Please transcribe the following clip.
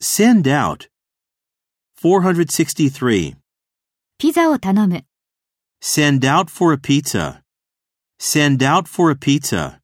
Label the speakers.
Speaker 1: Send out. 463.
Speaker 2: ピザを頼む。
Speaker 1: Send out for a pizza. Send out for a pizza.